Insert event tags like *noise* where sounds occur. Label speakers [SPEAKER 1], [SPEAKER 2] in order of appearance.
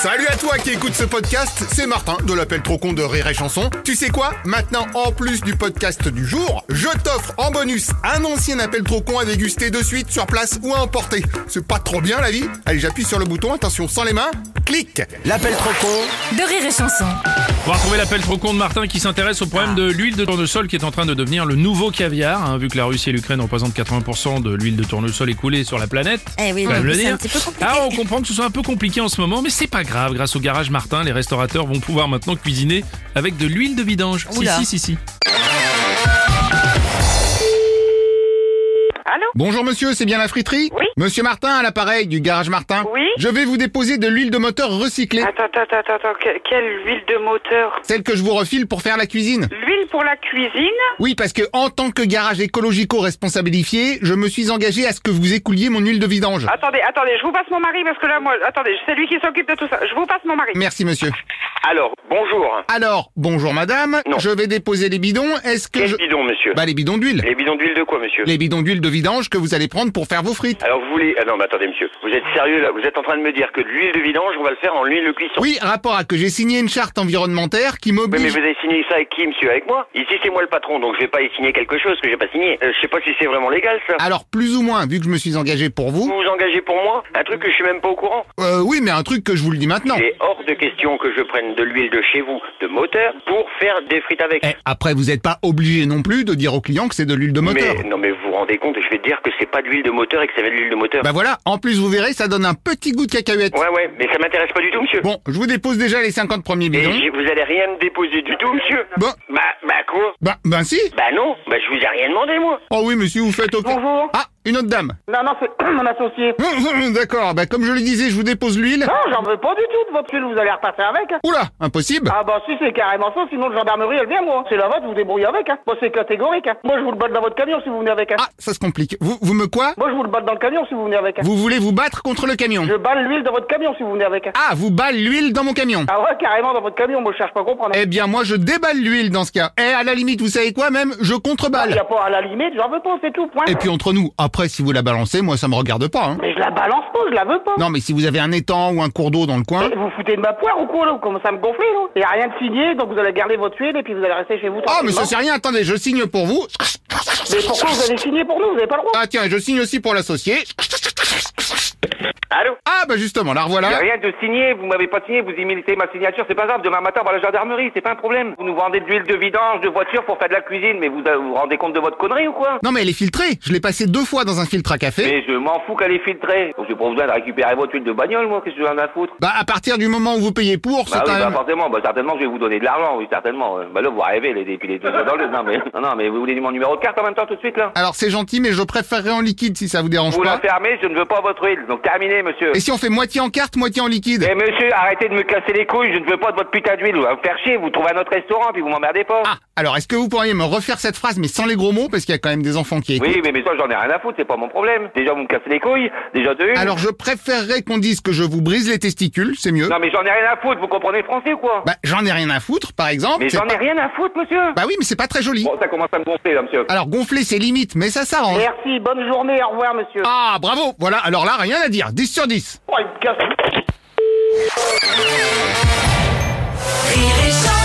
[SPEAKER 1] Salut à toi qui écoute ce podcast, c'est Martin de l'appel trop con de Rire et Chanson. Tu sais quoi Maintenant, en plus du podcast du jour, je t'offre en bonus un ancien appel trop con à déguster de suite sur place ou à emporter. C'est pas trop bien la vie Allez, j'appuie sur le bouton, attention, sans les mains, clique
[SPEAKER 2] L'appel trop con
[SPEAKER 3] de rire et chanson.
[SPEAKER 4] On va retrouver l'appel trop con de Martin qui s'intéresse au problème de l'huile de tournesol qui est en train de devenir le nouveau caviar, hein, vu que la Russie et l'Ukraine représentent 80% de l'huile de tournesol écoulée sur la planète.
[SPEAKER 5] Eh oui,
[SPEAKER 4] Faut quand même
[SPEAKER 5] oui,
[SPEAKER 4] le
[SPEAKER 5] c'est
[SPEAKER 4] dire.
[SPEAKER 5] un petit peu compliqué.
[SPEAKER 4] Ah, on comprend que ce soit un peu compliqué en ce moment, mais c'est pas grave. Grâce au garage Martin, les restaurateurs vont pouvoir maintenant cuisiner avec de l'huile de vidange.
[SPEAKER 5] Oula.
[SPEAKER 4] Si, si, si, si.
[SPEAKER 6] Allô
[SPEAKER 1] Bonjour monsieur, c'est bien la friterie
[SPEAKER 6] Oui.
[SPEAKER 1] Monsieur Martin à l'appareil du garage Martin.
[SPEAKER 6] Oui. Ah.
[SPEAKER 1] Je vais vous déposer de l'huile de moteur recyclée,
[SPEAKER 6] Attends, attends, attends, attends, que- quelle huile de moteur
[SPEAKER 1] celle que je vous refile pour faire la cuisine.
[SPEAKER 6] L'huile pour la cuisine
[SPEAKER 1] Oui, parce que en tant que garage écologico responsabilifié, je me suis engagé à ce que vous écouliez mon huile de vidange.
[SPEAKER 6] Attendez, attendez, je vous passe mon mari parce que là, moi, attendez, c'est lui qui s'occupe de tout ça. Je vous passe mon mari.
[SPEAKER 1] Merci monsieur.
[SPEAKER 7] Alors, bonjour.
[SPEAKER 1] Alors, bonjour madame,
[SPEAKER 7] Non.
[SPEAKER 1] je vais déposer les bidons. Est-ce que
[SPEAKER 7] Quel
[SPEAKER 1] je...
[SPEAKER 7] bidon, monsieur
[SPEAKER 1] Bah les bidons d'huile.
[SPEAKER 7] Les bidons d'huile de quoi, monsieur
[SPEAKER 1] Les bidons d'huile de vidange que vous allez prendre pour faire vos frites.
[SPEAKER 7] Alors, vous voulez... Ah non, mais attendez, monsieur. Vous êtes sérieux, là Vous êtes en train de me dire que de l'huile de vidange, on va le faire en huile de cuisson
[SPEAKER 1] Oui, rapport à que j'ai signé une charte environnementaire qui
[SPEAKER 7] Oui, mais
[SPEAKER 1] m'oblige...
[SPEAKER 7] vous avez signé ça avec qui, monsieur Avec moi Ici, c'est moi le patron, donc je vais pas y signer quelque chose que j'ai pas signé. Euh, je sais pas si c'est vraiment légal, ça.
[SPEAKER 1] Alors plus ou moins, vu que je me suis engagé pour Ah, vous,
[SPEAKER 7] Vous vous engagez pour moi Un truc que je suis même pas au courant.
[SPEAKER 1] euh, oui, mais un truc que je vous le dis maintenant.
[SPEAKER 7] Il est hors de question que je prenne de l'huile de chez vous, de moteur, pour faire des frites avec.
[SPEAKER 1] Eh, après, vous n'êtes pas obligé non plus de dire au client que c'est de l'huile de moteur.
[SPEAKER 7] Mais non, mais vous vous rendez compte, je vais te dire que c'est pas de l'huile de moteur et que c'est de l'huile de moteur.
[SPEAKER 1] Bah voilà, en plus vous verrez, ça donne un petit goût de cacahuète.
[SPEAKER 7] Ouais, ouais, mais ça m'intéresse pas du tout, monsieur.
[SPEAKER 1] Bon, je vous dépose déjà les 50 premiers
[SPEAKER 7] Et
[SPEAKER 1] bidons.
[SPEAKER 7] j'ai- vous allez rien me déposer du tout, monsieur
[SPEAKER 1] Bah,
[SPEAKER 7] Bah, bah quoi
[SPEAKER 1] bah, ben si
[SPEAKER 7] Bah non, bah je vous ai rien demandé, moi
[SPEAKER 1] Oh oui, monsieur, vous faites au...
[SPEAKER 6] Bonjour.
[SPEAKER 1] Ah, une autre dame.
[SPEAKER 6] Non, non, c'est *clears throat* mon associé.
[SPEAKER 1] Hum, hum, D'accord, bah comme je le disais, je vous dépose l'huile.
[SPEAKER 6] Non, j'en veux pas du tout de votre huile, vous allez repasser avec. hein.
[SPEAKER 1] Oula, impossible.
[SPEAKER 6] Ah bah si, c'est carrément ça, sinon la gendarmerie, elle vient, moi. C'est la vôtre, vous débrouillez avec. Hein. Moi, c'est catégorique. Hein. Moi, je vous le batte dans votre camion si vous venez avec. Hein.
[SPEAKER 1] Ah, ça se complique. Vous, vous me quoi
[SPEAKER 6] Moi, je vous le batte dans le camion si vous venez avec. Hein.
[SPEAKER 1] Vous voulez vous battre contre le camion
[SPEAKER 6] Je balle l'huile dans votre camion si vous venez avec. Hein.
[SPEAKER 1] Ah, vous balle l'huile dans mon camion.
[SPEAKER 6] Ah ouais, carrément dans votre camion, moi, je cherche pas à comprendre. hein.
[SPEAKER 1] Eh bien, moi, je déballe l'huile dans ce cas. Eh, à la limite, vous savez quoi même Je
[SPEAKER 6] Il Ah, y
[SPEAKER 1] contreballe.
[SPEAKER 6] a pas à la limite, j'en veux Ah, pas, c'est tout, point.
[SPEAKER 1] Et puis entre nous, après, si vous la balancez, moi, ça me regarde pas. Hein.
[SPEAKER 6] Mais je la balance pas, je la veux pas.
[SPEAKER 1] Non, mais si vous avez un étang ou un cours d'eau dans le coin...
[SPEAKER 6] Eh, Vous foutez de ma poire ou quoi, là Vous commencez à me gonfler, là Il n'y a rien de signé, donc vous allez garder votre huile et puis vous allez rester chez vous.
[SPEAKER 1] Ah, mais ça
[SPEAKER 6] tranquillement.
[SPEAKER 1] c'est rien, attendez, je signe pour vous.
[SPEAKER 6] Mais pourquoi vous avez signé pour nous Vous n'avez pas le droit
[SPEAKER 1] Ah tiens, et je signe aussi pour l'associé.
[SPEAKER 7] Allô
[SPEAKER 1] Ah bah justement, la
[SPEAKER 7] Il
[SPEAKER 1] revoilà.
[SPEAKER 7] rien de signé, vous m'avez pas signé, vous immitez ma signature, c'est pas grave, demain matin, on va à la gendarmerie, c'est pas un problème. Vous nous vendez de l'huile de vidange, de voiture pour faire de la cuisine, mais vous euh, vous vous rendez compte de votre connerie ou quoi
[SPEAKER 1] Non mais elle est filtrée, je l'ai passée deux fois dans un filtre à café.
[SPEAKER 7] Mais je m'en fous qu'elle est filtrée. Donc j'ai pas besoin de récupérer votre huile de bagnole, moi, qu'est-ce que j'en ai à foutre
[SPEAKER 1] Bah à partir du moment où vous payez pour, c'est
[SPEAKER 7] Bah oui,
[SPEAKER 1] quand
[SPEAKER 7] bah
[SPEAKER 1] même...
[SPEAKER 7] forcément, bah certainement je vais vous donner de l'argent, oui, certainement. ouais. Bah là, vous arrivez, les députés les deux doigts dans le... Non, mais, non, non, mais vous voulez mon numéro de carte en même temps tout de suite, là
[SPEAKER 1] Alors c'est gentil, mais je préférerais en liquide si ça vous dérange
[SPEAKER 7] Vous la
[SPEAKER 1] pas.
[SPEAKER 7] fermez, je ne veux pas votre huile, donc terminé, monsieur.
[SPEAKER 1] Et si on fait moitié en carte, moitié en liquide
[SPEAKER 7] Eh monsieur, arrêtez de me casser les couilles, je ne veux pas de votre putain d'huile, vous allez me faire chier, vous trouvez un autre restaurant, puis vous m'emmerdez pas.
[SPEAKER 1] Ah, alors est-ce que vous pourriez me refaire cette phrase, mais sans les gros mots, parce qu'il y a quand même des enfants qui écoutent
[SPEAKER 7] Oui, mais, mais ça, j'en ai rien à foutre, c'est pas mon problème. Déjà, vous me cassez les couilles, déjà de une.
[SPEAKER 1] Alors je préférerais qu'on dise que je vous brise les testicules, c'est mieux.
[SPEAKER 7] Non, mais j'en ai rien à foutre, vous comprenez le français ou quoi
[SPEAKER 1] Bah j'en ai rien à foutre, par exemple.
[SPEAKER 7] Mais
[SPEAKER 1] c'est
[SPEAKER 7] j'en ai Oh.
[SPEAKER 1] pas-
[SPEAKER 7] rien à foutre, monsieur
[SPEAKER 1] Bah oui, mais c'est pas très joli.
[SPEAKER 7] Bon, ça commence à me gonfler, là, monsieur.
[SPEAKER 1] Alors gonfler, c'est limite, mais ça s'arrange.
[SPEAKER 7] Eh.
[SPEAKER 6] Merci, bonne journée, au revoir, monsieur.
[SPEAKER 1] Ah, bravo Voilà, alors là, rien à dire. 10 sur 10.
[SPEAKER 6] Oh, il me casse-
[SPEAKER 3] Rire et chanson.